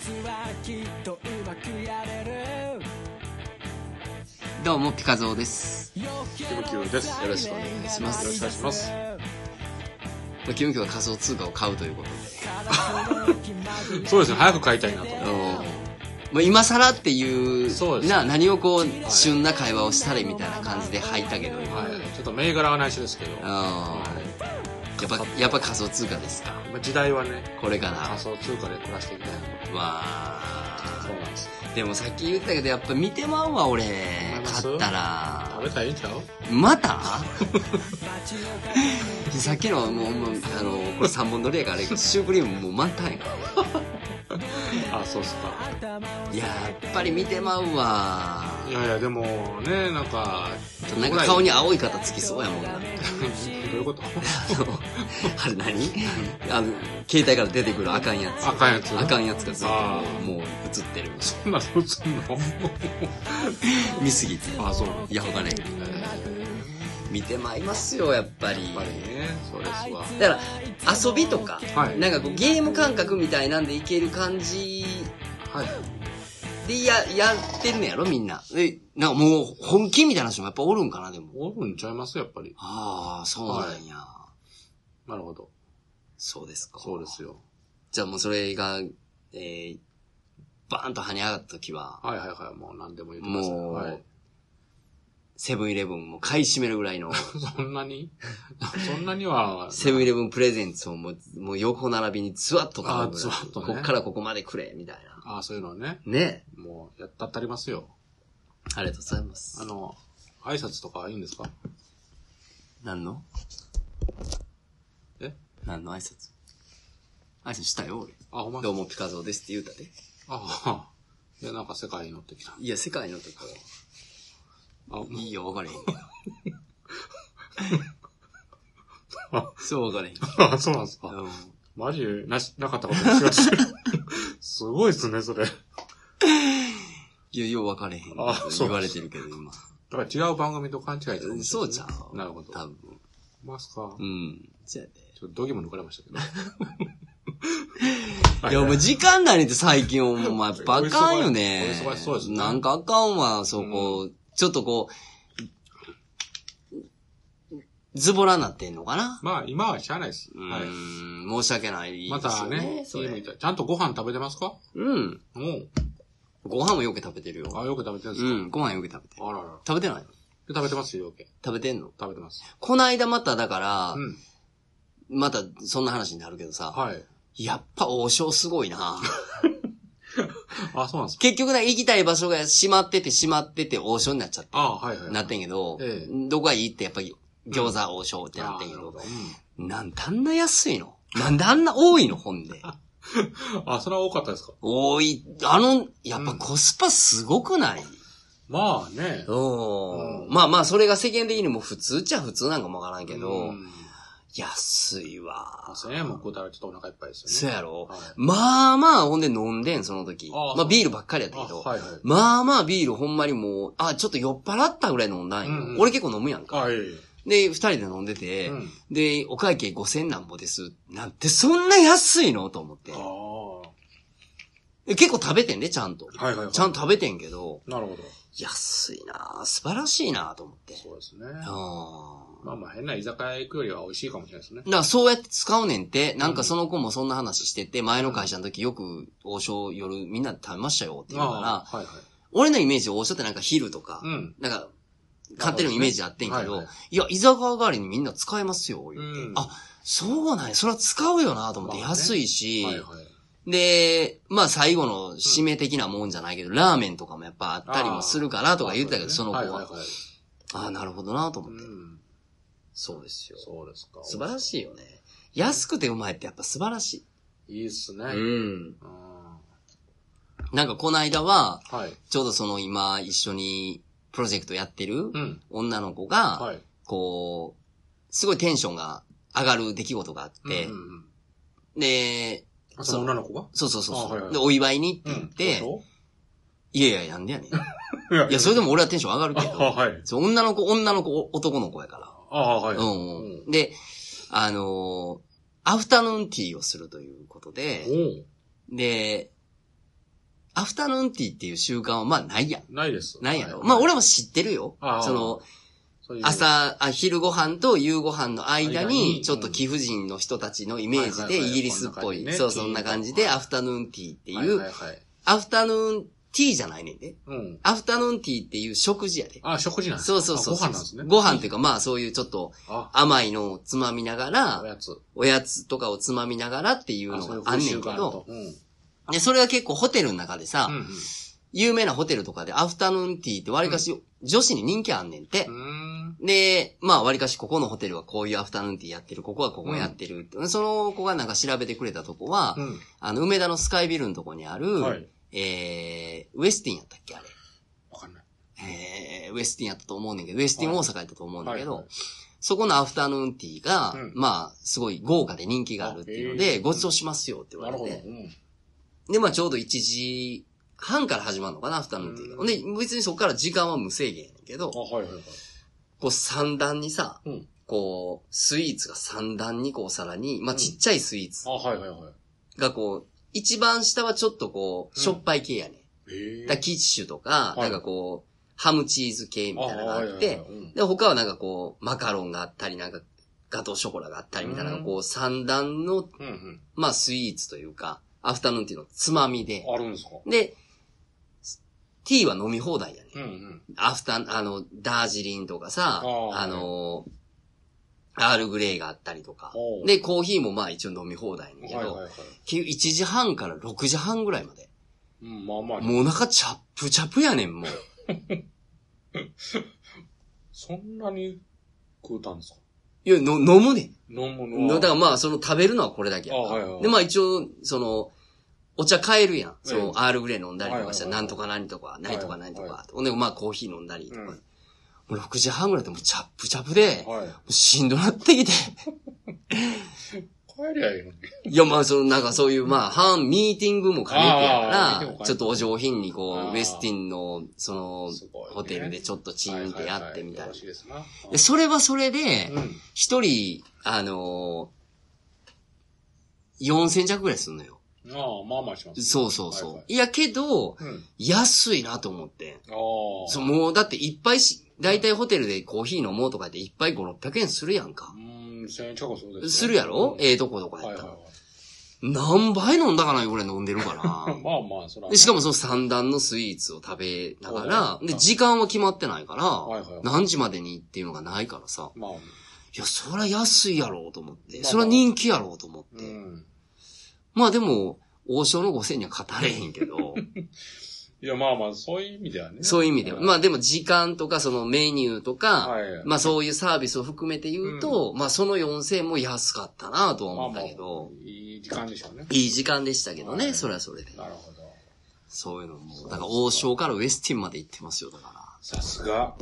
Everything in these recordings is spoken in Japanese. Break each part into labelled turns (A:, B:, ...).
A: つはきっとうまくやれる
B: どうもピカゾーです
A: キ
C: ムキムです
B: よろしくお願いします
C: よろしくお願いし
B: まあキムキは仮想通貨を買うということで、
C: そうですね早く買いたいなと
B: あのまあ、今更っていう
C: そうです
B: な何をこう旬な会話をしたりみたいな感じで入ったけど今、
C: はい、ちょっと銘柄は内緒ですけど、は
B: あ
C: い
B: ーやっぱやっぱ仮想通貨ですか
C: まあ、時代はね
B: これかな
C: 仮想通貨で暮らしていきたい
B: ま
C: な
B: あ
C: そうなんです
B: でもさっき言ったけどやっぱ見てまうわ俺
C: います
B: 買ったら
C: 食べたらいいんちゃう
B: ま たさっきのもうもうあのこれ3本取りやからあれやけどシュークリームもう満タンやから
C: あそうっすか
B: やっぱり見てまうわ
C: いやいやでもねなんかちょっと
B: なん
C: ぐ
B: から
C: い
B: 顔に青い方つきそうやもんな
C: どういうこと
B: あのあれ何あの携帯から出てくるあかんやつ
C: あかんやつ
B: あかんやつがずっ
C: あー
B: ともう映ってる
C: そんなのすんの
B: 見すぎて
C: あそうなん
B: いやほかね
C: えー
B: 見てまいりますよやっぱり
C: やっぱりねそうですわ
B: だから遊びとか、
C: はい
B: なんかこうゲーム感覚みたいなんでいける感じ
C: はい
B: でややってんのやろみんな。え、なんかもう本気みたいな人もやっぱおるんかなでも。
C: おるんちゃいますやっぱり
B: ああ、そうなんや。
C: なるほど
B: そうですか。
C: そうですよ
B: じゃあもうそれが、えー、バーンと跳ね上がった時は、
C: はいはいはいもう何でも言ってます
B: もう
C: はい
B: セブンイレブンも買い占めるぐらい の、
C: そんなに そんなには
B: セブンイレブンプレゼンツをもうもう横並びにズワッと頼むぐらい
C: あーズワッとね
B: こっからここまでくれ、みたいな。
C: ああそういうのはね
B: ね
C: もうやったったりますよ
B: ありがとうございます。
C: あの挨拶とかいいんですか
B: 何の
C: え
B: 何の挨拶挨拶したよ、俺。
C: あほんま
B: どうも、ピカゾーですって言うたで。
C: あ あいやなんか世界に乗ってきた
B: いや、世界のとこ
C: あもう
B: いいよ、わかれへん。
C: あ
B: そう、わかれへん。
C: あ、 そうなんです
B: あ
C: か。
B: の
C: マジなし、なかったこと に気がついてるすごいですね、それ。だ
B: いや、ようわかれへん
C: あ。そう
B: 言われてるけど、今。
C: から違う番組と勘違いしてるんです
B: そ
C: よ
B: う
C: ね
B: じゃん。
C: なるほど。
B: 多分。
C: ます
B: う
C: か。ち
B: ん。じゃあ
C: ょっと度肝抜かれましたけど。
B: ね。いや、お前時間ないねって最近、お前、
C: い
B: バカんよね。
C: お忙しそうですね
B: なんかあかんわ、そこ。ちょっとこう、ズボラなってんのかな
C: まあ、今はしゃあないです。
B: う
C: は
B: ーん、申し訳ない
C: い。
B: で
C: ますた
B: よ
C: ね、
B: そ
C: 家
B: れ
C: 向いたらちゃんとご飯食べてますか
B: うん。
C: うん。
B: ご飯もよく食べてる
C: あ、
B: よ。
C: よく食べてるんで
B: う
C: すか、
B: ん、ご飯よく食べてる。
C: あららら。
B: 食べてない
C: で食べてますよ、よく。
B: 食べてんの
C: 食べてます。
B: こないだまただから
C: う、ん。
B: またそんな話になるけどさ、
C: はい。
B: やっぱ王将すごいな。
C: あ、そうなんですか。
B: 結局な、行きたい場所が閉まってて閉まってて王将になっちゃっ
C: あはいはい。
B: た。なってんけど
C: え、
B: どこがいいってやっぱり餃子王将ってなってんけ
C: あなるほ
B: ど
C: ど、
B: なんであんな安いのなんであんな多いのほんで。
C: うんあ、それは多かったですか。
B: 多い、あの、やっぱコスパすごくない
C: まあね。
B: おー
C: うん
B: まあまあ、それが世間的にも普通っちゃ普通なんかもわからんけど、
C: うん
B: 安いわ。
C: 1000円も食うたらちょっとお腹いっぱいです
B: そ
C: よね。
B: やろ、
C: はい
B: まあまあ、ほんで飲んでん、その時。
C: ああ
B: まあビールばっかりやったけ
C: あ、
B: ど。
C: はいはい。
B: まあまあビールほんまにもう、あ、ちょっと酔っ払ったぐらい飲んだんよ。
C: うんうん
B: 俺結構飲むやんか。
C: あ、いえい
B: で、二人で飲んで
C: え。
B: て、
C: うん。
B: で、お会計5000なんぼです。なんてそんな安いのと思って
C: あ。あ。は
B: で結構食べてんね、ちゃんと。
C: いはいはい。
B: ちゃんと食べてんけど、
C: なるほど。
B: 安いなあ素晴らしいなあと思って。
C: そうですね。
B: ああ
C: まあまあ変な居酒屋行くよりは美味しいかもしれないですね。
B: だからそうやって使うねんって、なんかその子もそんな話してて、前の会社の時よく王将夜みんなで食べましたよって言うか
C: あ
B: ら、
C: あはいはい。
B: 俺のイメージ王将ってなんか昼とか
C: う、ん。
B: なんか、勝手なイメージあってんけ
C: はいは
B: ど
C: い、
B: いや、居酒屋代わりにみんな使えますよ、言って
C: うん。
B: あ、そうなんや、それは使うよなと思って、
C: まあね
B: 安いし
C: はい、はい。
B: で、まあ最後の締め的なもんじゃないけど、ラーメンとかもやっぱあったりもするからとか言ってたけど、その子
C: はいはい
B: は。
C: はい。
B: ああ、なるほどなと思
C: う
B: って。
C: ん。
B: そうですよ。
C: そうですか。
B: 素晴らしいよね。安くてうまいってやっぱ素晴らしい。
C: い。いいっすね。うん。
B: うん。なんかこの間は、
C: はい。
B: ちょうどその今一緒にプロジェクトやってる
C: うん。
B: 女の子が、
C: はい。
B: こう、すごいテンションが上がる出来事があって
C: うん、うんうん
B: で、
C: あ、その女の子が
B: そうそうそう
C: あはい
B: そ
C: は
B: う。
C: い
B: で、お祝いにって言っ
C: で
B: て、いやいや、やんでやねん。
C: いや
B: いや、それでも俺はテンション上がるけ
C: あ、
B: ど、
C: はい。
B: そう女の子、女の子、お男の子やか
C: あ、はい。
B: ら。うんうん。で、あのーアフタヌーンティーをするということで、
C: おう
B: で、アフタヌーンティーっていう習慣はまあないやん。
C: ないです。
B: ないやろ。
C: は
B: まあ、俺も知ってるよ
C: あ。あ
B: その、
C: そういう
B: 朝、あ昼ご飯と夕ご飯の間
C: 間
B: に、
C: に
B: ちょっと貴婦人の人たちのイメージ
C: はい
B: で
C: はいはい
B: イギリスっぽい。
C: こんな感じね
B: そう、そんな感じでアフタヌーンティーってい
C: は
B: う、
C: いはいはい
B: アフタヌーンティーじゃないねんで。
C: うん。
B: アフタヌーンティーっていう食事やで。
C: あ、食事なんです
B: そうそうそう。
C: あご飯なんですね。
B: ご飯っていうか、まあそういうちょっと
C: あ、
B: 甘いのをつまみなが
C: お
B: ら、
C: やつ。
B: おやつとかをつまみながらっていう
C: あ
B: の
C: そういう
B: があんねんけ
C: 風習がある
B: ど
C: と、うん。
B: で、それは結構ホテルの中でさ
C: う、ん
B: 有名なホテルとかでアフタヌーンティーってわりかし女子に人気あんねんて。
C: うん。う
B: で、まあ、わりかしここのホテルはこういうアフタヌーンティーやってる、ここはここやってる。その子がなんか調べてくれたとこは、
C: ーん。
B: あの、梅田のスカイビルのとこにある、
C: うん。はい。
B: えー、ウエスティンやったっけあれ。
C: わかんない。
B: えー、ウエスティンやったと思うねんだけど、ウエスティン大阪やったと思うんだけど、
C: はいはい
B: そこのアフタヌーンティーが、
C: うん
B: まあ、すごい豪華で人気があるっていうので、
C: あへー
B: ごちそうしますよって言わ
C: な
B: れ
C: るほど。う
B: て。
C: ん。
B: で、まあ、ちょうど1時半から始まるのかな、アフタヌーンティーが。
C: う
B: ほんで、別にそこから時間は無制限やけど
C: あ、、はいはいはい。
B: こう三段にさ、
C: うん
B: こう、スイーツが三段にこうお皿に、まあ
C: うん
B: ちっちゃいスイーツ
C: あ、はいはいはい。
B: がこう、一番下はちょっとこう、
C: うん
B: しょっぱい系やね。
C: ええ。
B: だからキッシュとか、
C: はい
B: なんかこう、ハムチーズ系みたいなのがあっ
C: はいはい
B: て
C: は、いうん
B: で、他はなんかこう、マカロンがあったり、なんか、ガトーショコラがあったりみたいなのが、
C: うん
B: こう、三段の、
C: うんうん。
B: まあスイーツというか、アフタヌーンティーのつまみで、
C: あるんですか
B: で、ティーは飲み放題やね。
C: うんうん。
B: アフタン、あの、ダージリンとかさ、
C: あー
B: あの、アールグレイがあったりとか
C: お。う
B: で、コーヒーもまあ一応飲み放題ねんけ
C: はいはい
B: ど、
C: はい。
B: 結局1時半から6時半ぐらいまで。
C: うん、まあまあ。
B: もうお腹チャップチャップやねん、もう。
C: そんなに食うたんですか
B: いや、の飲むねん。
C: 飲むの
B: の
C: は。
B: だからまあ、その食べるのはこれだけやんか
C: あはいはいはい
B: で、まあ一応、その、お茶買えるやん。そ
C: え
B: の
C: え
B: アールグレイ飲んだりとかしたら、
C: は
B: な
C: いはいはい
B: んとか何とか、何とか何と
C: は
B: か。ほんで、まあコーヒー飲んだりとか。
C: うん
B: もう6時半ぐらいでもうチャップチャップで、も
C: はい。
B: うしんどなってきて。
C: 帰りゃいいのに。
B: いや、まあ、その、なんかそういう、まあ、半ミーティングも兼ねてや
C: あーミーティン
B: か
C: グも兼ね
B: ら、
C: て
B: ちょっとお上品にこ
C: あ
B: う、
C: ー
B: ウエスティンの、その、
C: すごいね
B: ホテルでちょっとチーンってやってみたい
C: は
B: な
C: ははよろし。いですな。
B: でそれはそれで
C: う、ん。
B: 一人、あのー、4000弱ぐらいすんのよ。
C: ああ、まあまあします。
B: そうそうそ
C: はいうは。
B: いや、けど、
C: うん。
B: 安いなと思って。
C: ああ。
B: そうもう、だっていっぱいし、だいたいホテルでコーヒー飲もうとかっていっぱい5、600円するやんか
C: う。ーん、1000円近くそうですね。
B: するやろ
C: うん
B: ええとことか
C: は
B: や
C: い
B: っ
C: はい
B: た
C: は
B: ら。何倍飲んだかなぐらい飲んでるか
C: い。
B: ら。
C: まあまあ、そら、
B: でしかもその三段のスイーツを食べなが
C: はい
B: ら、で、時間は決まってない
C: は
B: か
C: いはいは
B: ら
C: い、
B: 何時までにっていうのがないからさ、
C: まあ、
B: いや、そりゃ安いやろうと思っ
C: まあ
B: て、
C: まあ
B: そりゃ人気やろうと思っ
C: う
B: て。
C: ん。
B: まあでも、王将の5000には勝たれへんけど、
C: いや、まあまあ、そういう意味ではね。
B: そういう意味では。まあでも時間とかそのメニューとか、
C: はいはい
B: まあそういうサービスを含めて言うと、まあその4000も安かったなとは思ったけ
C: まあま
B: ど、
C: あいい時間でしょうね。
B: いい時間でしたけど
C: は
B: ね、
C: い
B: それはそれで。
C: なるほど。
B: そういうのも、だから王将からウエスティンまで行ってますよ、だから。
C: さすが、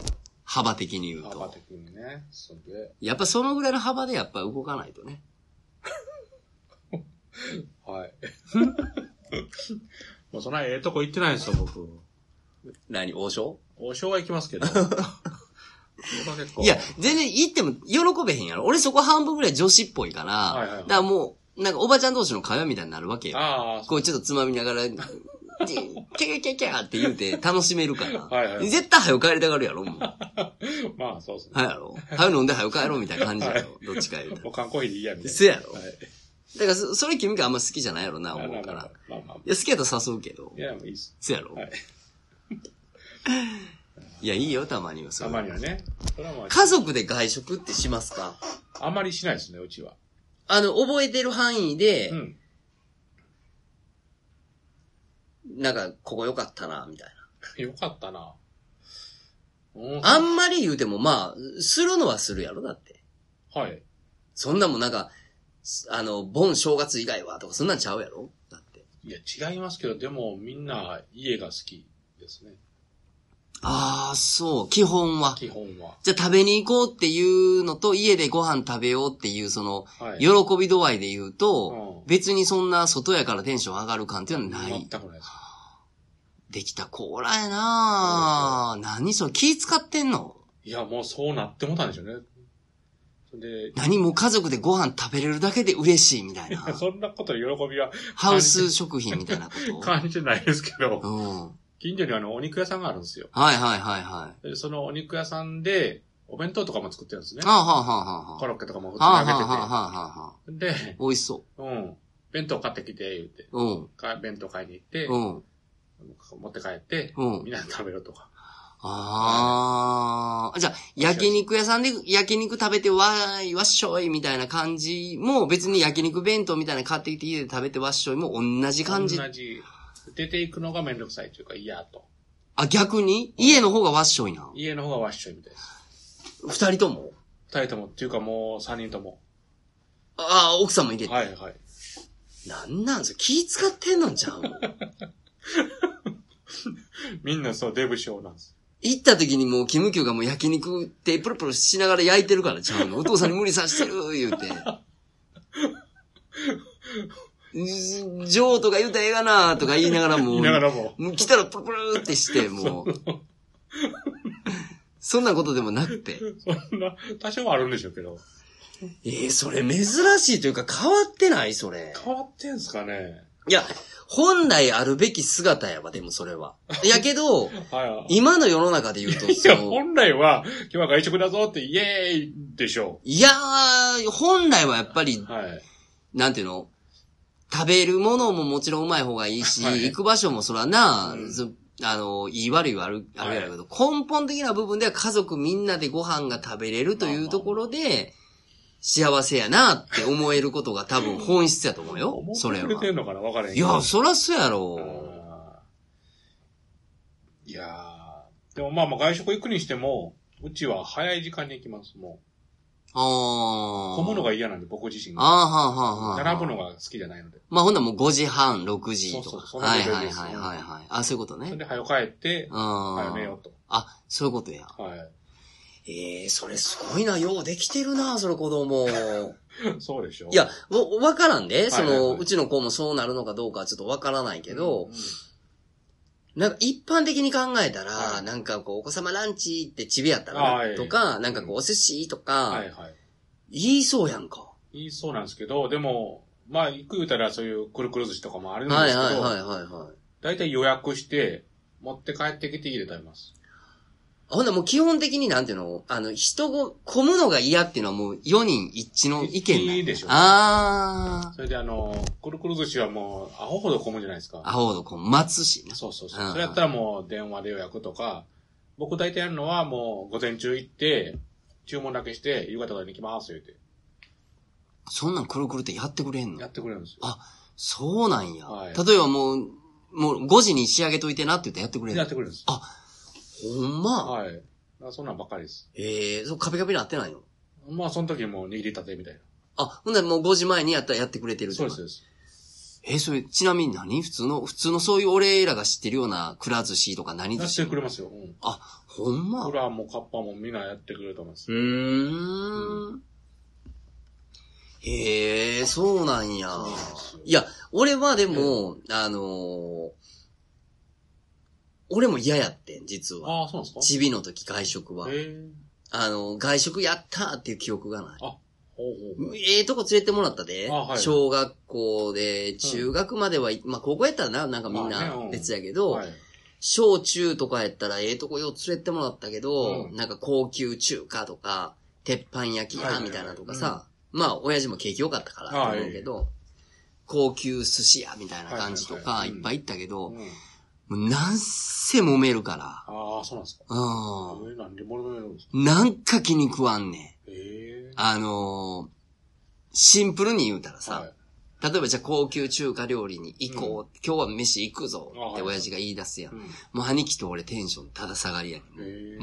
B: 幅的に言う
C: パ
B: と。
C: パ的にね。それ
B: やっぱそのぐらいの幅でやっぱ動かないとね。
C: はい。 もうそんなええとこ行ってないんですよ、僕。
B: 何王将
C: お正月行きます けど。僕は結構
B: いや、全然行っても喜べへんやろ。俺そこ半分ぐらい女子っぽいから、
C: はいはいはい
B: だからもう、なんかおばちゃん同士の会話みたいになるわけよ。
C: ああ、
B: こうちょっとつまみながら、でキャキャキャキャって言うて楽しめるから。
C: はいはい
B: 絶対早く帰りたがるやろ、もう。は
C: まあ、そうですね。
B: いやろ。早く飲んで早く帰ろうみたいな感じやろ。どっちか言うたら
C: もう缶コーヒーでいいや、みたいな。
B: せやろ
C: はい。
B: だからそ、それ君があんま好きじゃないやろな、
C: まあま
B: 思
C: あ
B: うから。
C: まあまあ。
B: いや、好きやったら誘うけど
C: い。や、もういいっす。
B: せやろ。
C: はい。
B: いや、いいよ、たまにはそ
C: た
B: れ
C: まにはね。それはま
B: 家族で外食ってしますか
C: あ、あまりしないですね、うちは。
B: あの、覚えてる範囲で
C: う、ん。
B: なんか、ここ良かったな、みたいな。
C: よかったな。うん
B: あんまり言うても、まあ、するのはするやろ、だって。
C: はい。
B: そんなもんなんか、すあの、盆正月以外は、とか、そんなんちゃうやろだって。
C: いや、違いますけど、でもみんな家が好きですね。
B: ああ、そう、基本は。
C: 基本は。
B: じゃあ食べに行こうっていうのと、家でご飯食べようっていう、その、
C: はい。
B: 喜び度合いで言うと、
C: うん
B: 別にそんな外やからテンション上がる感っていうのはない
C: 全。くないです。
B: できたコーラやなあ何それ気使ってんの
C: いや、もうそうなってもたんでしょうね。で、
B: 何もう家族でご飯食べれるだけで嬉しいみたいな。
C: そんなことの喜びは
B: ハウス食品みたいなこと
C: 感じてないですけど、
B: うん。はい
C: 近所にあの、お肉屋さんがあるんですよ。
B: はいはいはい。
C: でそのお肉屋さんで、お弁当とかも作ってるんですね
B: あ。はあはあはあ
C: コロッケとかも普通に
B: はあ。はあはあは
C: あ
B: あはあはあ。
C: げてて。で、
B: 美味しそ
C: うん。弁当買ってきて、言って。
B: う。うん。
C: か弁当買いに行って、
B: うん。
C: 持って帰って、
B: うん
C: みんなで食べるとか。
B: ああ。じゃあ、焼肉屋さんで焼肉食べてわーい、わっしょいみたいな感じも、別に焼肉弁当みたいなの買ってきて家で食べてわっしょいも同じ感じ
C: 同。じ。出ていくのがめんどくさいというか嫌と。
B: あ、逆に家の方がわっしょいな。
C: 家の方がわっしょいみたいです。
B: 二人とも
C: 二人とも、っていうかもう三人とも。
B: ああ、奥さんもいてて。
C: はいはい。
B: なんなんそれ気使ってんのんちゃうの
C: みんなそう、デブ症なんです。
B: 行った時にもう、キムキューがもう焼肉ってプルプルしながら焼いてるからちゃうの。お父さんに無理させてる、言うて。うジョーとか言うたらええがなとか言いながらも
C: 言
B: う
C: い、ながらも、
B: もう来たらプルプルってして、もう。そんなことでもなくて。
C: そんな、多少はあるんでしょうけど。
B: ええそれ珍しいというか変わってないそれ。
C: 変わってんすかね
B: いや、本来あるべき姿やわ、でもそれは。やけど、
C: はい。
B: 今の世の中で言うと、
C: い
B: そ
C: や、
B: の、
C: 本来は、今日は外食だぞって、イエーイでしょ
B: いやー、本来はやっぱり
C: う。、はい。
B: なんていうの食べるものももちろんうまい方がいいし、
C: はい
B: 行く場所もそらな、
C: うん
B: ずあの、いい悪いはある、あるやろうけど、根本的な部分では家族みんなでご飯が食べれるというところで、幸せやなって思えることが多分本質やと思うよ
C: 思。
B: そ
C: っ
B: れ
C: てくれ
B: は。
C: てんのかなわからへん
B: い
C: けど
B: や、そらそうやろ。
C: あーいやーでもまあまあ外食行くにしても、うちは早い時間に行きます、も
B: あ
C: う。
B: あ。
C: 混むのが嫌なんで、僕自身が。
B: ああ、はあ、はあ、はあ。
C: 並ぶのが好きじゃないので。
B: まあ、ほんならもう5時半、6時とか。
C: そうそうそう
B: はい
C: そんな
B: は
C: レ
B: い
C: ベルです
B: はい
C: ね
B: はいはい。あ、そういうこと
C: それ
B: ね。
C: で、早く帰って、
B: うん
C: 早。めようと。
B: あ、そういうことや。
C: はい。
B: ええそれすごいな。ようできてるな、それ子 供。
C: そうでしょ。
B: いや、わ、わからんで、
C: い
B: その、
C: はいはいう
B: ちの子もそうなるのかどうかはちょっとわからないけど、
C: うん、
B: なんか一般的に考えたら、
C: はい
B: なんかこう、お子様ランチってちびやったらな、
C: はい
B: とか、なんかこう、お寿司とか、
C: はいはい。
B: 言いそうやんか。
C: 言いそうなんですけど、でも、まあ、行く言うたらそういうくるくる寿司とかもあるんで
B: はい
C: す
B: はい
C: け
B: はい
C: ど、
B: はいはい。
C: 大体予約して、持って帰ってきて家で食べます。
B: ほんならもう基本的になんていうのあの、人ご、混むのが嫌っていうのはもう4人一致の意見なん
C: い
B: や
C: いでしょう
B: あ
C: それであの、くるくる寿司はもう、アホほど混むじゃないですか
B: ー。。アホードこう待つしな。
C: そうそう
B: う
C: そ
B: んう
C: う。
B: ん
C: それやったらもう電話で予約とか、僕大体やるのはもう午前中行って、注文だけして、夕方からに来ますって
B: そんなんくるくるってやってくれんの
C: やってくれるんですよ。
B: そうなんや。
C: はい
B: 例えばもう、もう5時に仕上げといてなって言ってやってくれ
C: やっ
B: る。
C: てくれるんです。
B: ほんま。
C: はい。だからそんなんばっかりです。
B: ええそう、カピカピになってないの
C: まあその時もう握りたてみたい
B: あ、ほんならもう5時前にやったらやってくれてる
C: な。
B: って
C: そう
B: こ
C: で
B: と
C: す、そうです。
B: えーそれ、ちなみに何普通の、普通のそういう俺らが知ってるようなくら寿司とか何
C: や
B: 寿
C: って
B: 司
C: くれますよ。うん。
B: ほんま。
C: フラーもカッパもみんなやってくれると思います。
B: うーん。へえ、そうなんや。
C: そうなんですよ
B: いや、俺はでも、あのー俺も嫌やってん、実は。
C: ああ、そうなんです
B: チビの時外食は
C: か。へ。え。
B: あの、外食やったーっていう記憶がない。
C: ほうほう。
B: ええとこ連れてもらったで、
C: あはい
B: 小学校で、中学までは、まあ、高校やったらな、なんかみん
C: まあ
B: な
C: ねうん
B: 別やけど、
C: はい。
B: 小中とかやったらええとこよ連れてもらったけど、
C: うん
B: なんか高級中華とか、鉄板焼き
C: は
B: や、
C: いはいはい
B: みたいなとかさ、まあ、親父も景気良かったからと思うけど、高級寿司屋みたいな感じとか、
C: はいはいはいい
B: っぱい行ったけど、
C: うん
B: もうなんせ揉めるから、
C: ああ、そうなんですか。
B: う
C: ええ、なんでもらえるんですか
B: ん。なんか気に食わんねん。
C: へえ。
B: あのーシンプルに言うたらさ、
C: はい
B: 例えばじゃあ高級中華料理に行こう、今日は飯行くぞ
C: あ
B: っ
C: は
B: て
C: い
B: 親父が言い出すやん。
C: うん。へ
B: もう兄貴と俺テンションただ下がりやね
C: え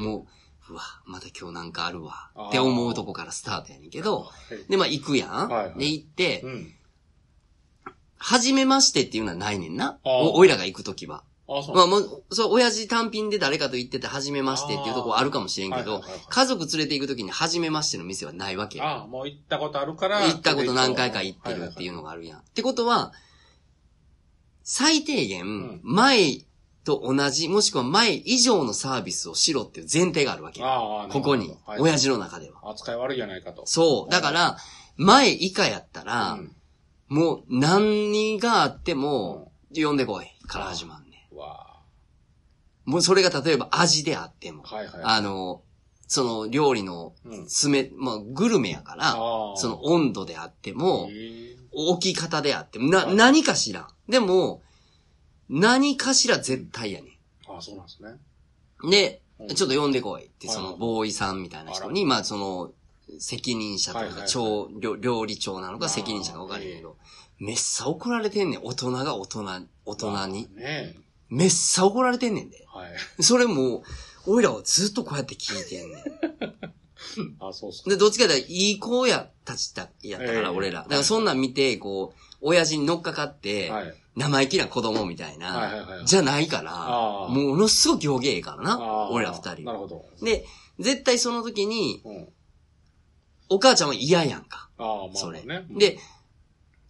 B: ん。。もう、うわ、また今日なんかあるわ
C: あー
B: って思うとこからスタートやねんけど、
C: はい
B: で、まあ行くやん。
C: はいはい
B: で、行って、
C: うん。
B: はじめましてっていうのはないねんな。
C: あー
B: おおいらが行くときは。
C: ああ、そう
B: ま
C: な
B: あ
C: んで
B: もう、そう、親父単品で誰かと行ってて、はじめましてっていうとこあるかもしれんけ
C: あー
B: ど
C: はいはいはいはい、
B: 家族連れて行くときにはじめましての店はないわけ
C: す
B: や
C: か。ああ、もう行ったことあるから。
B: 行ったこと何回か行ってるっていうのがあるやん。ってことは、最低
C: ん
B: 限、前と同じ、もしくは前以上のサービスをしろっていう前提があるわけよ。
C: ああ、
B: ここに、親
C: 親
B: 父の中では。
C: 扱い悪いじゃないかと。
B: そう。だから、前以下やったら、
C: うん
B: もう何があっても、呼んでこいから始まんね。
C: うわ
B: もうそれが例えば味であっても、
C: あはいはい。
B: あの、その料理の
C: うん
B: 詰め、まあグルメやから、
C: あー
B: その温度であっても
C: へ、え
B: 大き方であっても、な、
C: はい
B: 何かしら。でも、何かしら絶対やね
C: ああ、そうなんですね。
B: ん。で
C: うん、
B: ちょっと呼んでこいって、
C: はい
B: そのボーイさんみたいな人に、まあその、責任者と
C: はいいうはい
B: か、
C: はい
B: 長、料料理長なのか責任者かわかんないけど、めっさ怒られてんねん。大人が大人、大人に。
C: まあねえ。
B: めっさ怒られてんねんで。
C: はい。
B: それも、俺らはずっとこうやって聞いてんねん。
C: あそうっすか。
B: で、どっちかというと、いい子や、たちだ、やったか
C: ええ
B: ら、俺ら。だか
C: は
B: ら、
C: い
B: そんなん見て、こう、親父に乗っかかって、
C: はい。
B: 生意気な子供みたい
C: はいはいは
B: な、
C: い
B: じゃないか
C: あ
B: ら、
C: あ
B: ものすごく行儀ええからな、
C: ー
B: 俺ら二人
C: な
B: は。
C: るほど。
B: で、絶対その時に、
C: うん。
B: お母ちゃんは嫌やんか、
C: ああ、まあ、
B: それ
C: ね。。うん、
B: で、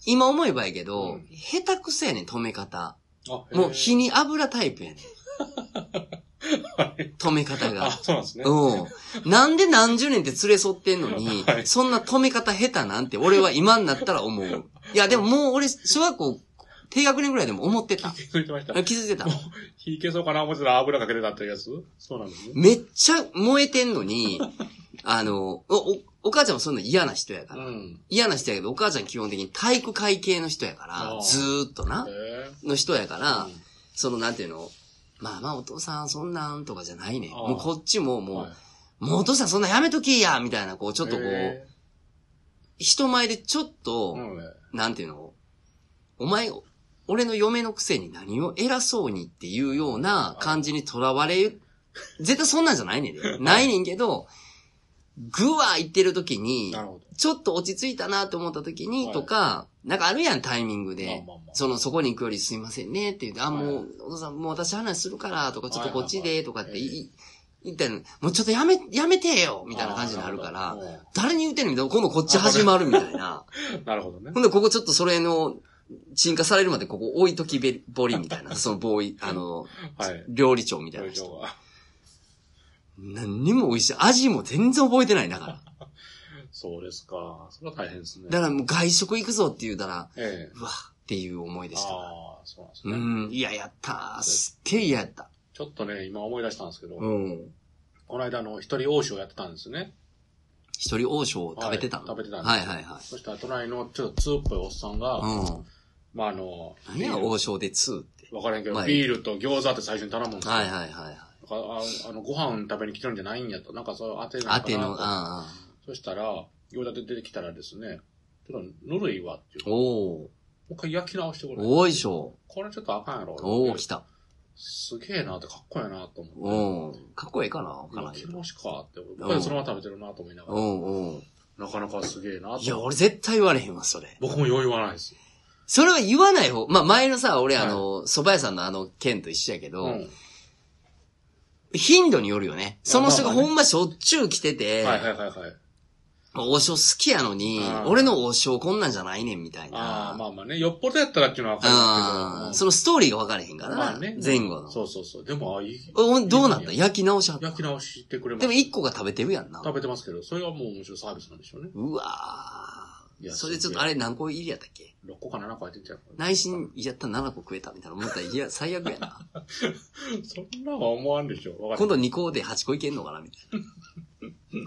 B: 今思えばやけど、
C: うん
B: 下手くそやねん、止め方。
C: あへえ
B: もう、火に油タイプやねん。止め方
C: あ
B: が。
C: そうなんですね。
B: うん。なんで何十年って連れ添ってんのに、
C: はい
B: そんな止め方下手なんて俺は今になったら思う。いや、でももう俺、小学校、低学年ぐらいでも思って た。
C: 気づいてました。
B: 気づいてた。
C: 火いけそうかな思ってたら油かけてたってやつそうなんですね。
B: めっちゃ燃えてんのに、 あの、お、おお母ちゃんもそんな嫌な人やか
C: う
B: ら。
C: ん。
B: 嫌な人やけど、お母ちゃん基本的に体育会系の人やか
C: あ
B: ら、
C: ー
B: ずーっとな
C: へ、え
B: の人やから、
C: うん
B: そのなんていうの、まあまあお父さんそんなんとかじゃないね。
C: あー
B: もうこっちももう、
C: はい
B: もうお父さんそんなんやめときやみたいな、こう、ちょっとこう、
C: へ
B: 人前でちょっ
C: え
B: と、
C: うんね
B: なんていうのお前、俺の嫁のくせに何を偉そうにっていうような感じにとらわれ、絶対そんなんじゃないねんで。ないねんけど、ぐわー言ってる時に
C: な、るほど。
B: ちょっと落ち着いたなと思った時に、
C: はい
B: とか、なんかあるやん、タイミングで
C: まあまあま。あ
B: その、そこに行くよりすいませんねって言って、あ、
C: はい
B: もう、お父さん、もう私話するから、とか、ちょっとこっち
C: はいは
B: で、
C: いはい
B: とかって
C: ええ
B: い言ったら、もうちょっとやめ、やめてよみたいな感じになるから、誰に言うてんのみたいな、今度こっち始まるみたいな。
C: うんなるほどね。
B: ほんで、ここちょっとそれの、沈下されるまでここ置いときべぼりみ たいな、そのボーイ、あの、
C: はい。
B: 料理長みたいな
C: 表
B: 人。
C: 情が。
B: 何にも美味しい。味も全然覚えてないだから。
C: そうですか。それは大変ですね。
B: だからもう外食行くぞって言うたら、
C: ええ。
B: うわ、っていう思いでしたから。
C: ああ、そうなんです
B: う
C: ね。
B: ん、いや、やったー。すっげえ嫌やった。
C: ちょっとね、今思い出したんですけど、
B: うん。
C: この間あの、一人王将やってたんですね。
B: 一人王将を食べてたの、
C: はい食べてたんです
B: はいはいはい。
C: そしたら隣のちょっとツーっぽいおっさんが、
B: うん。
C: まああの、
B: 何や、王将で2って。
C: わからへんけど、
B: まあ
C: ビールと餃子って最初に頼むんですよ。
B: はいはいはいはい。
C: だからああの、ご飯食べに来てるんじゃないんやと。なんかそう、当てな
B: あ
C: んか
B: て
C: な
B: の、
C: と
B: あ
C: そしたら、餃子で出てきたらですね、ちょっとぬるいわっていう。
B: ー
C: も
B: おー。
C: う一回焼き直してくれ。
B: おいしょ。
C: これちょっとあかんやろ。
B: おー、来た。
C: すげえなってかっこいいなと思って。
B: うん。かっこええかなわからん
C: 焼
B: け
C: き
B: ど。
C: 直しかって。僕はそのまま食べてるなと思いなが
B: う
C: ら。
B: んうん。
C: なかなかすげえなと。
B: いや、俺絶対言われへんわ、それ。
C: 僕も余裕はないです。
B: それは言わない方。まあ、前のさ、俺あの、蕎麦屋さんのあの件と一緒やけど、
C: うん。
B: 頻度によるよね。その人が
C: まあまあ
B: ほんましょっちゅう来てて、
C: はいはいはいはい。
B: 王将好きやのに
C: う、ん
B: 俺の王将こんなんじゃないねん、みたい
C: あ
B: な。
C: あ、まあまあね。よっぽどやったらっていうのはわかる
B: あ
C: ん
B: ー
C: です
B: そのストーリーが分からへん
C: け
B: か
C: ど。
B: らな、
C: まあね。
B: 前後の。
C: そうそうそう。でも、あいい。
B: おどうなった
C: いいね
B: 焼き直しはった
C: 焼き直してくれます。
B: でも一個が食べてるやんな。
C: 食べてますけど、それはもう面白いサービスなんでしょうね。
B: うわ
C: い
B: ー
C: や
B: それちょっ
C: すげ
B: と
C: え
B: あれ何個入りやったっけ
C: 6個か7個入ってんじゃん。
B: 内心やったら7個食えたみたいな思ったら、いや、最悪やな。
C: そんなは思わんでしょ。わか
B: 今
C: る。
B: 度2個で8個いけんのかなみたい な。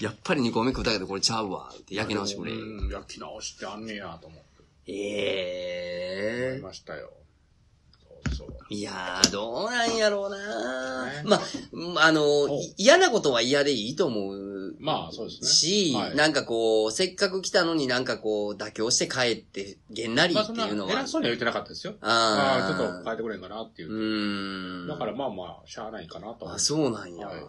B: やっぱり2個目食ったけどこれちゃうわ。って焼き直してくれ。
C: うん、焼き直しってあんねやと思って。思
B: え
C: い
B: え
C: ましたよ。そうそう。
B: いやー、どうなんやろうな
C: ね
B: まあ、うんあの
C: お、
B: い嫌なことは嫌でいいと思う。
C: まあ、そうですね。
B: し、
C: はい
B: なんかこう、せっかく来たのになんかこう、妥協して帰って、げんなり
C: まあ、
B: って
C: そんな
B: いうのは。
C: 偉そうには言ってなかったですよ。ああ、ちょっと
B: あ
C: 変えてくれんかなっていうう。
B: ーん。
C: だからまあまあ、しゃあないかなと思
B: あ、
C: う。
B: そうなんや。
C: はい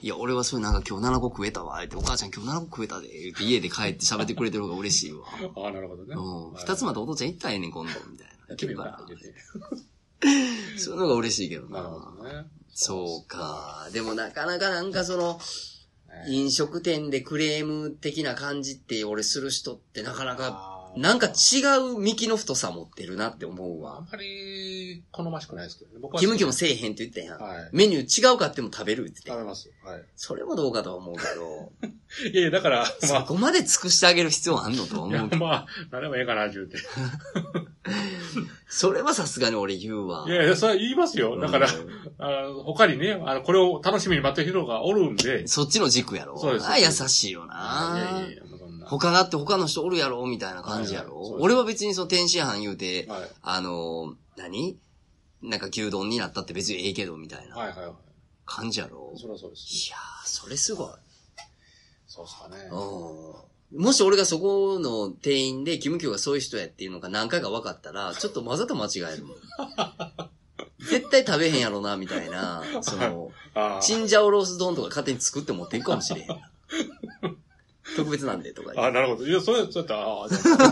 B: いや、俺はそういうなんか今日7個食えたわ、って、お母ちゃん今日7個食えたで、言って家で帰って喋ってくれてる方が嬉し いわ。
C: ああ、なるほどね。
B: うん。
C: はい
B: 二つまでお父ちゃん行ったらええねん、今度、みたいな。
C: や
B: い
C: って
B: け
C: み
B: る
C: よう
B: か
C: かな
B: な
C: って。言って
B: そういうのが嬉しいけど
C: なる
B: な。
C: ほどね。
B: そうか。でもなかなかなんかその、
C: そうですね。
B: 飲食店でクレーム的な感じって俺する人ってなかなか
C: あ
B: なんか違う幹の太さ持ってるなって思う
C: あ
B: わ
C: ん。まり好ましくないですけどね。僕は。
B: キムキムせえへんって言ったやん。
C: はい。
B: メニュー違うかっても食べるって言
C: 食
B: って。
C: べます。はい。
B: それもどうかとは思うけど、
C: いやいや、だから、ま
B: そ
C: あ、
B: こまで尽くしてあげる必要あんのとはい思
C: や
B: うけど、
C: まあ、なればええかな、言うて。い
B: それはさすがに俺言うわ。
C: やいや、それは言いますよ。だから、
B: うん
C: あの、他にね、あの、これを楽しみに待ってる人がおるんで。
B: そっちの軸やろ。
C: そうです
B: あ優しいよな。
C: いやいやいや、もうそんな。
B: 他だって他の人おるやろみたいな感じやろ。
C: はいはいそうです
B: 俺は別にその天津飯言うて、
C: はい。
B: あのー何なんか牛丼になったって別にええけどみたい
C: はい
B: な
C: はいは
B: 感じやろ。
C: い。そりゃそうです、ね。
B: いやー、それすごい。
C: そうっすかね。
B: うんもし俺がそこの店員で、キムキョがそういう人やっていうのが何回か分かった ら、ちょっとわざと間違えるもん。絶対食べへんやろな、みたい な。その、
C: あ
B: チンジャオロース丼とか勝手に作って持っていくかもしれへん。 特別なんで、とか言
C: あ。あ、
B: って。
C: なるほど。いや、それ、そうやったら、ああ、じゃ あど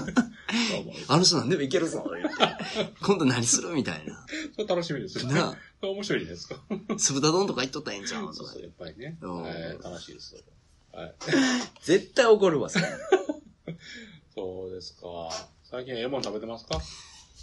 C: うも
B: あの人なんでもいけるぞ、言って 今度何するみたいな。
C: それ楽しみですね。
B: な
C: それ面白いじゃないですか。
B: あ、酢豚丼とか言っとったらええんちゃう
C: そ
B: と
C: う
B: か
C: そう、。やっぱりね。
B: うん
C: えー楽しいです。はい。
B: 絶対怒るわ、それ。
C: そうですか。最近、ええもん食べてますか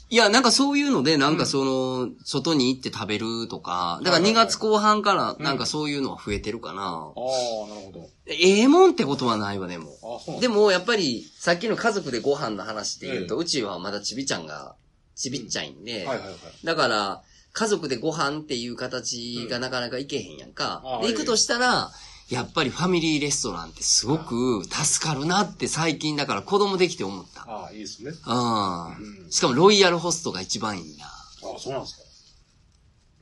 B: いや、なんかそういうので、なんかその、外に行って食べるとか、だから2月後半から、
C: い
B: なんかそういうのは増えてるかな。
C: ああ、なるほど。
B: ええもんってことはないわ、でも。
C: ああ、そうなん
B: で
C: も、
B: も、やっぱり、さっきの家族でご飯の話で言うと、
C: う
B: うちはまだちびちゃんが、ちびっちゃいんで、
C: はいはいはい。
B: だから、家族でご飯っていう形がなかなか行けへんやんか
C: あ。あ
B: で
C: いい
B: 行くとしたら、やっぱりファミリーレストランってすごく助かるなって最近だから子供できて思った。
C: ああ、いいですね。
B: うん
C: う。ん
B: しかもロイヤルホストが一番いいな。
C: ああ、そうなんですか。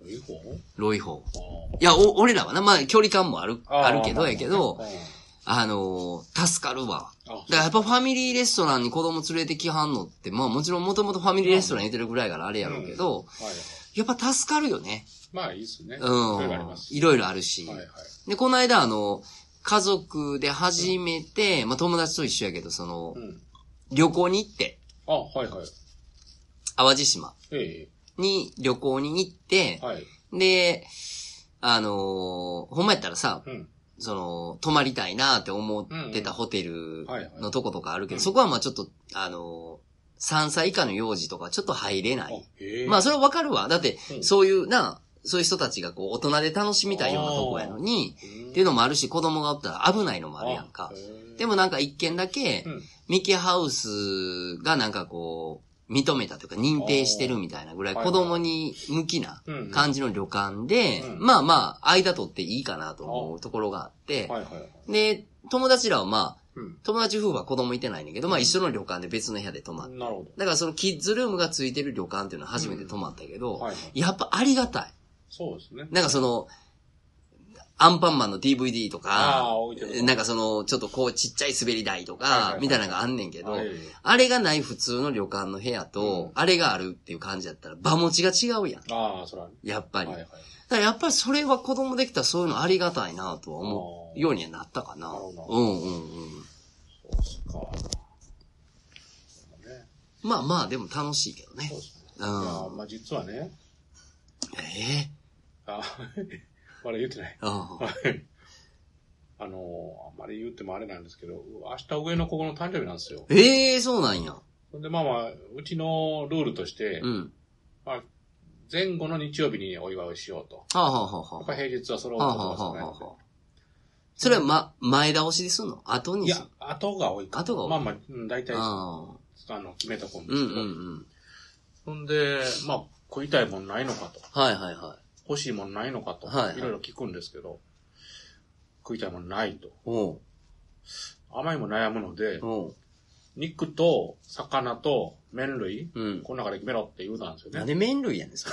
C: いい方
B: ロイホー。
C: あ
B: いや、お、俺らはな、まあ、距離感もある、
C: ああ
B: あるけど、
C: まあ
B: やけど
C: あ、うん
B: あのー助かるわ。
C: あ
B: だからやっぱファミリーレストランに子供連れてきはんのって、まあもちろんもともとファミリーレストランにいてるぐらいからあれやろうけど、
C: はい。
B: やっぱ助かるよね。
C: まあ、いいですね。
B: うん。
C: そういうのあります。
B: いろいろあるし。
C: はいはい。
B: で、この間あの、家族で初めて、まあ友達と一緒やけど、その
C: う、ん。
B: 旅行に行って、
C: あ、はいはい。
B: 淡路島
C: え
B: に旅行に行って
C: え、はい。
B: で、あのーほんまやったらさ、
C: うん。
B: その、泊まりたいなって思ってたホテル
C: はいはい
B: のとことかあるけ
C: う
B: ど、
C: ん
B: そこはまあちょっと、あの、3歳以下の幼児とかちょっと入れな
C: あ
B: い。、
C: へえ。
B: まあそれはわかるわ。だって
C: う、ん
B: そういうな、そういう人たちがこう大人で楽しみたいようなとこやのに、
C: うん、
B: っていうのもあるし、子供がおったら危ないのもあるやんか。で
C: も、
B: もなんか一件だけ
C: う、ん。
B: ミキハウスがなんかこう、認めたというか認定してるみたいなぐらい
C: あー
B: 子供に向きな
C: うんうん
B: 感じの旅館で、
C: うん
B: まあまあ、間取っていいかなと思うところがあって、
C: はいはいはい。
B: で、友達らはまあ、
C: うん。
B: 友達夫婦は子供いてないねんだけど、まあ一緒の旅館で別の部屋で泊まって。
C: なるほ
B: だからそのキッズルームがついてる旅館っていうのは初めて泊まったけど、
C: ど。はいはい。
B: やっぱありがたい。
C: そうですね。
B: なんかその、アンパンマンの DVD と
C: あ
B: か
C: あ、、置いてる。
B: なんかその、ちょっとこうちっちゃい滑り台と
C: はいはい
B: か
C: は、い
B: みたいなのがあんねんけど
C: あ、ええ
B: あれがない普通の旅館の部屋と、あれがあるっていう感じだったら場持ちが違うやん。
C: ああ、それは。
B: やっぱり。
C: はいは
B: だか。
C: い
B: らやっぱりそれは子供できたらそういうのありがたいなとは思うようにはなったかな。
C: あ
B: う
C: ー
B: ん
C: なるほ
B: うんうん。
C: そうっすか。そうだね
B: まあまあ、でも楽しいけどね
C: そう。です
B: う
C: ね。
B: ん
C: いやーまあ実はね、
B: え
C: あ まだ言ってない。
B: えうん。
C: はい。あのー、あんまり言ってもあれなんですけど、明日上の子の誕生日なんですよ。
B: ええそうなんや。
C: ほんでまあまあ、うちのルールとして、
B: うん。
C: まあ、前後の日曜日にお祝いをしようと。
B: はあ、はあはあ
C: やっ
B: は
C: ぱ
B: あ、
C: 平日はそれを
B: はあ
C: こ
B: は
C: と
B: あは
C: は少ない
B: あ
C: の
B: は
C: で。
B: あ。それはま、前倒しですんの後に
C: い
B: す
C: や
B: んの、
C: 後が多いか。
B: 後が多い
C: まあまあ、うん大体、あ
B: ああ。
C: の、決めとこんで
B: うん
C: す
B: う
C: け
B: んう
C: ど。
B: ん。
C: ほんで、まあ、食いたいもんないのかと。
B: はいはいは
C: 欲しいもんないのかと。
B: はい
C: い。ろいろ聞くんですけど、食いたいもんないと
B: い。。おう。
C: 甘いも悩むので、
B: おう。
C: 肉と魚と麺類、
B: うん。
C: この中で決めろって言うたんですよ
B: なん
C: ね。
B: で麺類やねん、そ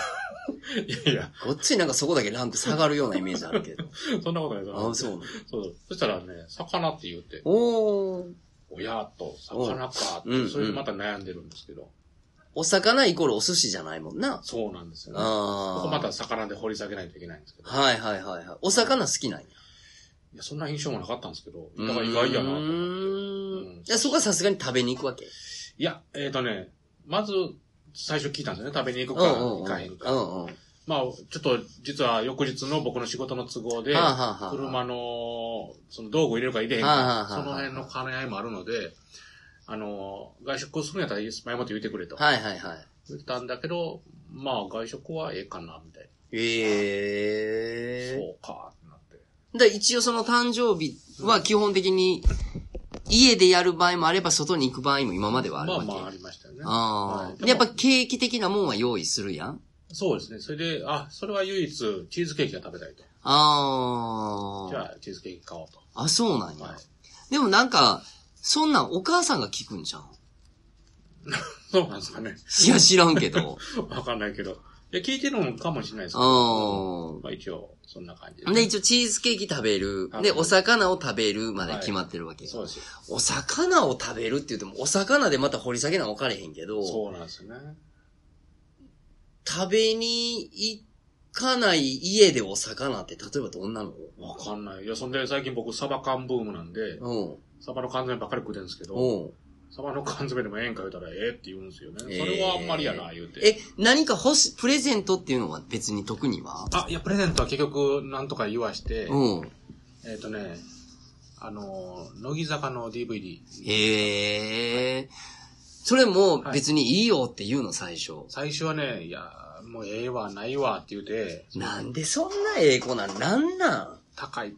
B: れ。
C: いやいや、
B: こっちになんかそこだけランク下がるようなイメージあるけど。
C: そんなことないで す
B: ああ、そうなの。
C: そう。そしたらね、魚って言うて、
B: おー。
C: 親と魚かっ
B: うんうん
C: て、それでまた悩んでるんですけど、
B: お魚イコールお寿司じゃないもんな。
C: そうなんですよね。こ
B: あ
C: こ
B: あ。
C: また魚で掘り下げないといけないんですけど。
B: はいはいはいはい。お魚好きなんや。
C: いや、そんな印象もなかったんですけど、だから意外やな
B: う
C: と思っ
B: ー
C: て。うんん
B: いや、そこはさすがに食べに行くわけ。
C: いや、えっ、とね、まず、最初聞いたんですよね。食べに行
B: う
C: く
B: んう
C: か、
B: んうん。
C: 行かへん
B: う
C: か。
B: んうん。
C: まあ、ちょっと、実は翌日の僕の仕事の都合で
B: はあはあはあ、
C: 車の、その道具入れるか入れへん
B: はあはあは
C: か
B: あ、
C: その辺の兼ね合いもあるので、あの、外食するんやったら前もって言ってくれと。
B: はいはいはい。
C: 言ったんだけど、まあ外食はええかな、みたいな。
B: ええ
C: そうか、ってなって。
B: だから一応その誕生日は基本的に、家でやる場合もあれば、外に行く場合も今まではある
C: ま
B: わ
C: あ
B: け。
C: まあありましたよね。
B: あ
C: はい
B: あ。やっぱケーキ的なもんは用意するやん
C: そうですね。それで、あ、それは唯一チーズケーキが食べたいと。
B: あ
C: じ
B: あ。
C: ゃあチーズケーキ買おうと。
B: あ、そうなんや。
C: はい
B: でもなんか、そんなんお母さんが聞くんじゃん。
C: そうなんですかね。
B: いや、知らんけど。
C: わかんないけど。いや、聞いてるのかもしれないですけど。
B: う
C: まあ一応、そんな感じ
B: ん。で、一応チーズケーキ食べる。
C: はい
B: で、お魚を食べるまで決まってるわけ。
C: そうですよ。
B: お魚を食べるって言っても、お魚でまた掘り下げなおかれへんけど、
C: そうなんですよね。
B: 食べに行かない家でお魚って、例えばどんなの
C: わかんない。いや、そんで最近僕サバ缶ブームなんで、
B: うん。
C: サバの缶詰ばっかり食ってるんですけど、
B: うん。
C: サバの缶詰でもええんか言うたらええって言うんですよね。それはあんまりやな、言うて。
B: え、何か欲し、プレゼントっていうのは別に特には
C: あ、いや、プレゼントは結局、なんとか言わして、
B: うん。
C: えっ、とね、あのー、乃木坂の DVD、
B: へえ。それも別にいいよって言うの、最初。
C: 最初はね、いや、もうええわ、ないわって言うて、
B: なんでそんなええ子なんなんな
C: 高い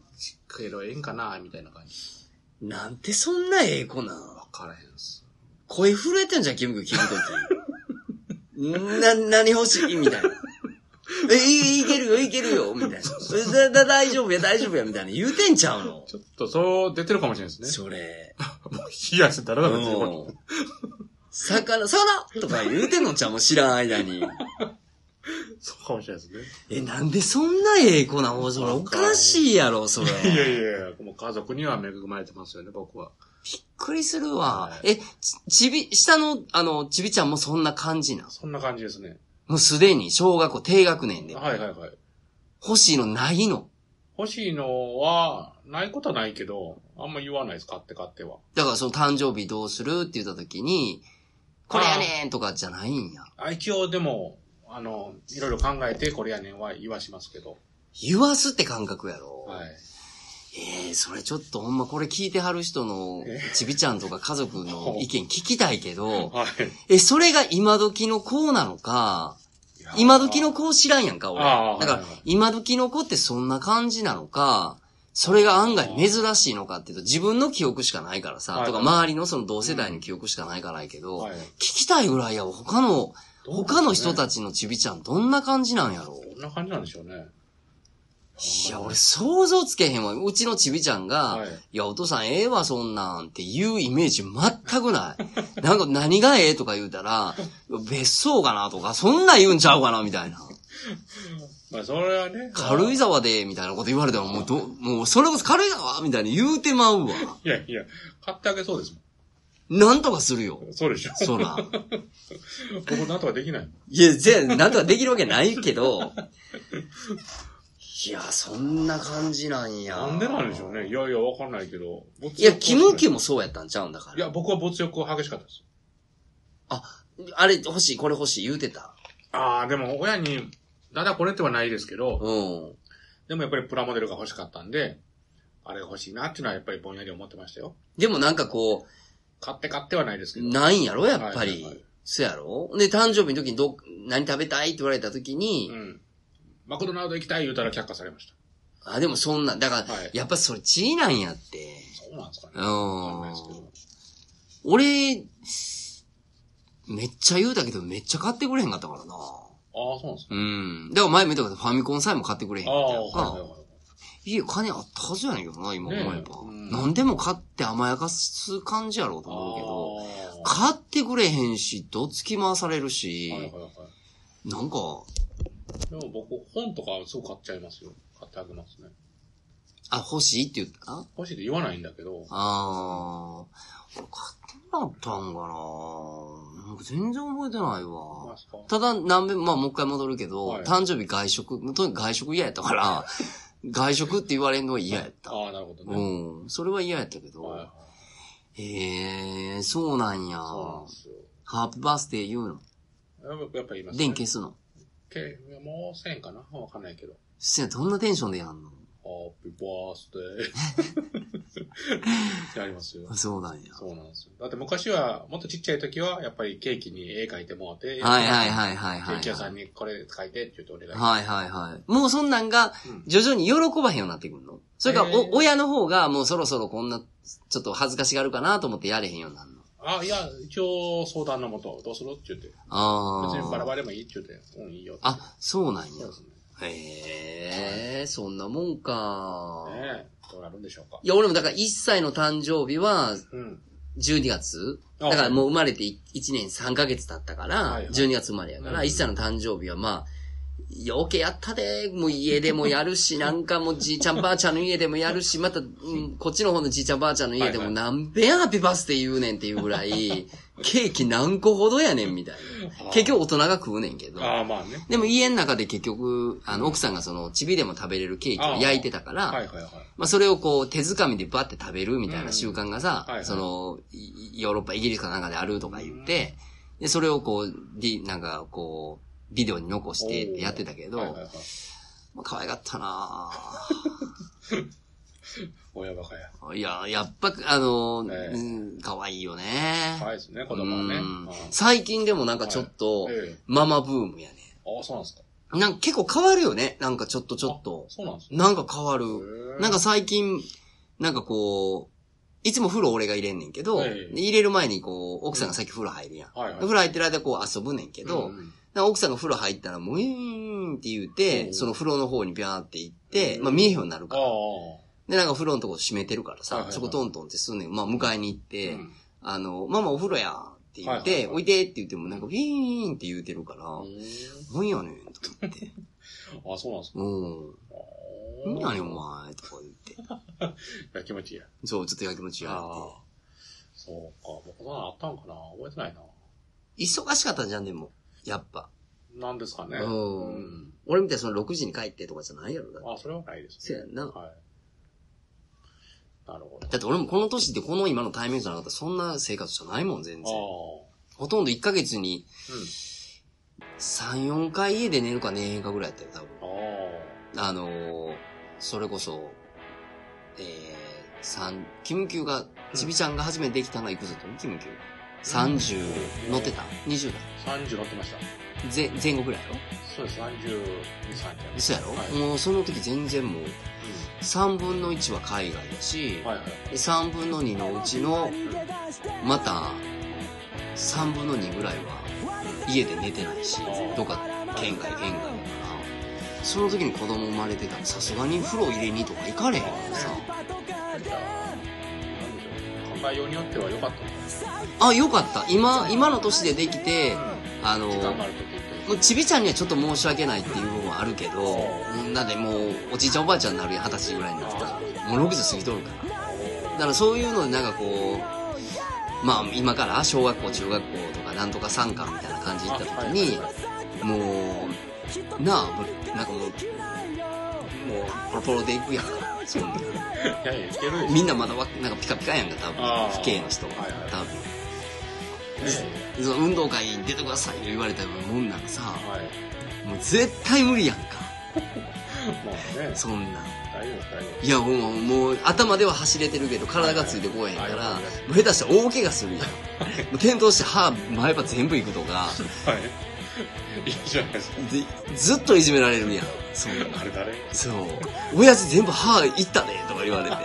C: けどええんかな、みたいな感じ。
B: んなんてそんなええ子なん
C: わからへんっす。
B: 声震えてんじゃん、キム君聞くとき。 な、何欲しいみたいな。え、いいけるよ、いけるよ、みたいな。だ、だ、大丈夫や、大丈夫や、みたいな。言うてんちゃうの
C: ちょっと、そう、出てるかもしれないですね。
B: それ。
C: 冷やしてたらだ
B: う
C: から自分
B: ん。魚、魚とか言うてんのちゃうもん知らん間に。
C: そうかもしれないですね。
B: え、なんでそんなええ子なんそれおかしいやろ、それ。
C: いやいやいや、もう家族には恵まれてますよね、僕は。
B: びっくりするわ。
C: は
B: え、ちちび、下の、あの、ちびちゃんもそんな感じなん
C: そんな感じですね。
B: もうすでに小学校低学年で。
C: はいはいはい。
B: 欲しいのないの。
C: 欲しいのは、ないことはないけど、あんま言わないです、買って買っては。
B: だからその誕生日どうするって言った時に、これやねんとかじゃないんや。
C: あ、一応でも、あの、いろいろ考えて、これやねんは言わしますけど。
B: 言わすって感覚やろ。
C: はい。
B: ええそれちょっとほんまこれ聞いてはる人の
C: え、
B: ちびちゃんとか家 族の意見聞きたいけど、
C: はい。
B: え、それが今時の子なのか、今時の
C: 子
B: 子を知らんやんか、俺
C: あ。ー
B: だから
C: はいはい、
B: 今時の子ってそんな感じなのか、それが案外珍しいのかっていうと、自分の記憶しかないからさ、
C: はい
B: とか周りのその同世代の記憶しかないからやけど、
C: はい
B: 聞きたいぐらいやわ他の、
C: どうです
B: 他
C: かね
B: の人たちのちびちゃんどんな感じなんやろ
C: どんな感じなんでしょうね。
B: いや、俺想像つけへんわ。うちのちびちゃんが、
C: はい
B: い、や、お父さんええわ、そんなんっていうイメージ全くない。 なんか何がええとか言うたら、別荘かなとか、そんなん言うんちゃうかなみたいな。
C: まあ、それはね。
B: 軽井
C: い。
B: 沢で、みたいなこと言われたら、もうど、もうそれこそ軽井沢みたいな言うてまうわ。
C: いやいや、買ってあげそうです
B: なんとかするよ
C: も。ん。そうでしょ。
B: そら。
C: 僕なんとかできない。
B: いや、ぜ、なんとかできるわけないけ ど。いや、そんな感じなんや。
C: なんでなんでしょうね。いやいや、わかんないけど。
B: いや、キムキ
C: も。
B: もそうやったんちゃうんだか
C: い
B: ら。
C: や、僕は没欲激しかったです。
B: あ、あれ欲しい、これ欲しい言うてた。
C: ああ、でも親に、だだこれってはないですけど、
B: うん。
C: でもやっぱりプラモデルが欲しかったんで、あれが欲しいなっていうのはやっぱりぼんやり思ってましたよ。
B: でもなんかこ
C: 買って買ってはないですけ
B: う、
C: ど。
B: ないんやろやっぱ
C: はい
B: り
C: はいはい。
B: そやろで、誕生日の時にど、何食べたいって言われた時に、
C: うん。マクドナルド行きたい言うたら却下されました。
B: あ、でもそんな、だから、
C: はい
B: やっぱそれ地位なんやって。
C: そうなんですかね。
B: うん
C: わかんないですけど。
B: 俺、めっちゃ言うたけど、めっちゃ買ってくれへんかったからな。
C: ああ、そうなんですか。
B: うん。だから前見たけど、ファミコンさえも買ってくれへん
C: あ
B: か
C: あ、
B: ったやんか
C: はいはいはい。
B: いい金あったはずやねんけどな、今思えば。
C: ねえうん
B: 何でも買って甘やかす感じやろうと思うけど、
C: あ
B: 買
C: あ
B: ってくれへんし、どつき回されるし、
C: はいはいはい。
B: なんか、
C: でも僕、本とかすぐ買っちゃいますよ。買ってあげますね。
B: あ、欲しいって言ったな。
C: 欲しいって言わないんだけど、
B: あー、俺買ってもらったんかななんか全然覚えてない
C: ま
B: わ
C: あ。そう
B: ただ、何べん、まあもう一回戻るけど、
C: はい
B: 誕生日外食、もうとにかく外食嫌やった から、外食って言われるのは嫌やった。
C: ああ、なるほどね。
B: うん。それは嫌やったけ
C: はい
B: ど
C: は。い。
B: へえ、そうなんや。
C: そうなんですよ。
B: ハッピーバースデー言うの
C: やっぱり言います、
B: 電消すの
C: けもうせんかなわかんないけど。
B: そやどんなテンションでやんの
C: ハッピーバースデー。 ってありますよ。
B: そうなんや。
C: そうなんですよ。だって昔は、もっとちっちゃい時は、やっぱりケーキに絵描いてもらって、
B: はいはいはいはい
C: ケ
B: はい、
C: ーキ屋さん
B: は
C: にこれ描いてって言って俺
B: い。
C: が。
B: はいはいはい。もうそんなんが
C: うん
B: 徐々に喜ばへんようになってくるの。それから
C: へー
B: お、親の方がもうそろそろこんな、ちょっと恥ずかしがるかなと思ってやれへんようになるの。
C: あ、いや、一応相談のもと、どうするって言って。
B: あ
C: 別
B: あ。
C: にバラバラでもいいって言って、うん、いいよって。
B: あ、そうなん
C: そう
B: や
C: で。すね。
B: へえ、そんなもんか。
C: ねえどうなるんでしょうか。
B: いや、俺もだから1歳の誕生日は
C: うん。
B: 12月
C: あ
B: だからもう生まれて1年3ヶ月経ったから、
C: はいはい
B: 12月生まれやか
C: う
B: ら、
C: ん
B: 1歳の誕生日はまあ、よけやったで、もう家でもやる し、なんかもうじいちゃんばあちゃんの家でもやるし、また、うんこっちの方のじいちゃんばあちゃんの家で
C: は
B: も
C: い
B: 何べんハッピーバースデー言うねんっていうぐらい、ケーキ何個ほどやねんみたい
C: あー
B: な。結局大人が食うねんけど。
C: ああ、まあね。
B: でも家の中で結局、あの奥さんがその、チビでも食べれるケーキを焼いてたから、
C: はいはいはい。
B: まあ、それをこう、手づかみでバッて食べるみたいな習慣がさ、
C: うんはいはい
B: その、いヨーロッパ、イギリスかなんかであるとか言って、で、それをこう、ディ、なんかこう、ビデオに残してやってたけど、
C: はいはいはい、
B: まあ、可愛かったな
C: 親ばかや。
B: ぁいや、やっぱ、あの、
C: ええ
B: うん可愛いよね。
C: 可愛いですね、子供はね。
B: うん
C: あ
B: 最近でもなんかちょっと、
C: ええ
B: ママブームやね。
C: ああ、そうなんですか。
B: なんか結構変わるよね。なんかちょっとちょっと
C: あ。そうなんですね。
B: なんか変わる。
C: へえ
B: なんか最近、なんかこう、いつも風呂俺が入れんねんけど、
C: ええ
B: 入れる前にこう、奥さんが先風呂入るやん。
C: はいはい
B: 風呂入ってる間こう遊ぶねんけど、
C: うん
B: なんか奥さんが風呂入ったら、ムイーンって言う
C: う
B: て、
C: ん
B: その風呂の方にビャーって行って、
C: うん
B: まあ見えへんようになる
C: あ
B: か
C: あ
B: ら。。で、なんか風呂のとこ閉めてるから
C: は
B: さ、
C: いはいはい
B: そこトントンってすんねん。まあ迎えに行って、
C: うん
B: あの、ママお風呂やって言っ
C: はいはい
B: て、
C: はい
B: おいでって言ってもなんかビーンって言うてるから、
C: うん
B: なんやねんと思って。
C: ああ、そうなんですか。
B: うん。なんやねんお前とか言って。
C: やきもちや。
B: そう、ちょっとやきもちやって。
C: そうか。僕そんなのあったんかな覚えてないな。
B: 忙しかったじゃん、でも。やっぱ。
C: なんですかね。
B: うん
C: うん
B: 俺みたいにその6時に帰ってとかじゃないやろ。だって
C: あ、それはないですね。
B: そうやんな
C: はい。なるほど。
B: だって俺もこの年でこの今のタイミングじゃなかったらそんな生活じゃないもん、全
C: ああ。
B: 然。ほとんど1ヶ月に
C: うん。
B: 3、4回家で寝るか寝へんかぐらいやったよ、多分。
C: あ
B: あのー、それこそ、えー、三、キムキューが、ちびちゃんが初めてできたのはいくつだったのキムキュー。30乗ってた ?20 代
C: あ。30乗ってました。
B: 前、前後ぐらいやろ
C: そうです。32、3点。
B: 嘘やろ、
C: はい
B: もうその時全然もう、3分の1は海外だし、
C: うんはいはい。
B: で3分の2のうちのまた3分の2ぐらいは家で寝てないしどっか県外県外だからその時に子供生まれてたらさすがに風呂入れにとか行かれへんからさ
C: なんでしょう。考えようによっては良かったのか
B: あよかった今今の年でできてあの
C: な時間があるときって。
B: もうちびちゃんにはちょっと申し訳ないっていう部分はあるけどうんなんでもうおじいちゃんおばあちゃんになるやん二十歳ぐらいになってたらもう60過ぎとるからだからそういうのでなんかこうまあ今から小学校中学校とかなんとか参観みたいな感じで行った時にもうなあもうなんかもうもう ポロポロで行くや んそんない
C: やいや、いけるでしょ。
B: みんなまだわなんかピカピカやんか多
C: あ
B: 分
C: ー
B: 父兄の人は
C: はいはい
B: 多分
C: ね
B: その運動会に出てくださいって言われたようなもんなんかさ
C: はい。
B: もう絶対無理やんか
C: まあね、
B: そんなん
C: 大丈夫です、大丈夫です。
B: いやもうもう頭では走れてるけど体がついてこえへんか
C: はいはい
B: ら
C: はい
B: もう下手したら大怪我するや んもう転倒して歯前歯全部いくとか
C: はい。いいじゃないですか。
B: でずっといじめられるやんそう
C: あれ誰
B: そう親父全部歯いったねとか言われて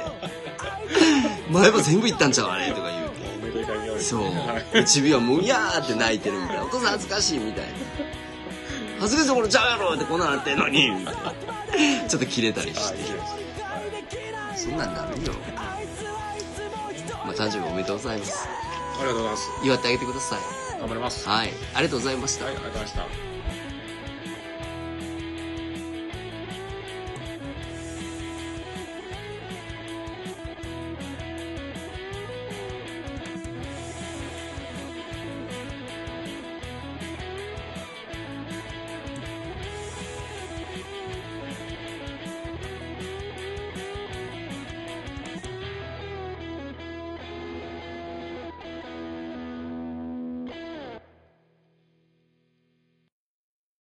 B: 前歯全部いったんちゃうあれとか言うて
C: おめでたいより。
B: そう
C: はい。
B: でちびはもう「いやー」って泣いてるみたいなお父さん恥ずかしいみたいな恥ずかしいところちゃうやろってこんなんなってんのにみたいなちょっとキレたり
C: あ
B: し
C: いい
B: て
C: じゃないで
B: そ
C: すか。
B: んなんなるよまあ誕生日おめでとうございます
C: ありがとうございます。
B: 祝ってあげてください
C: 頑張ります。はい、
B: はいありがとうございました
C: ありがとうございました。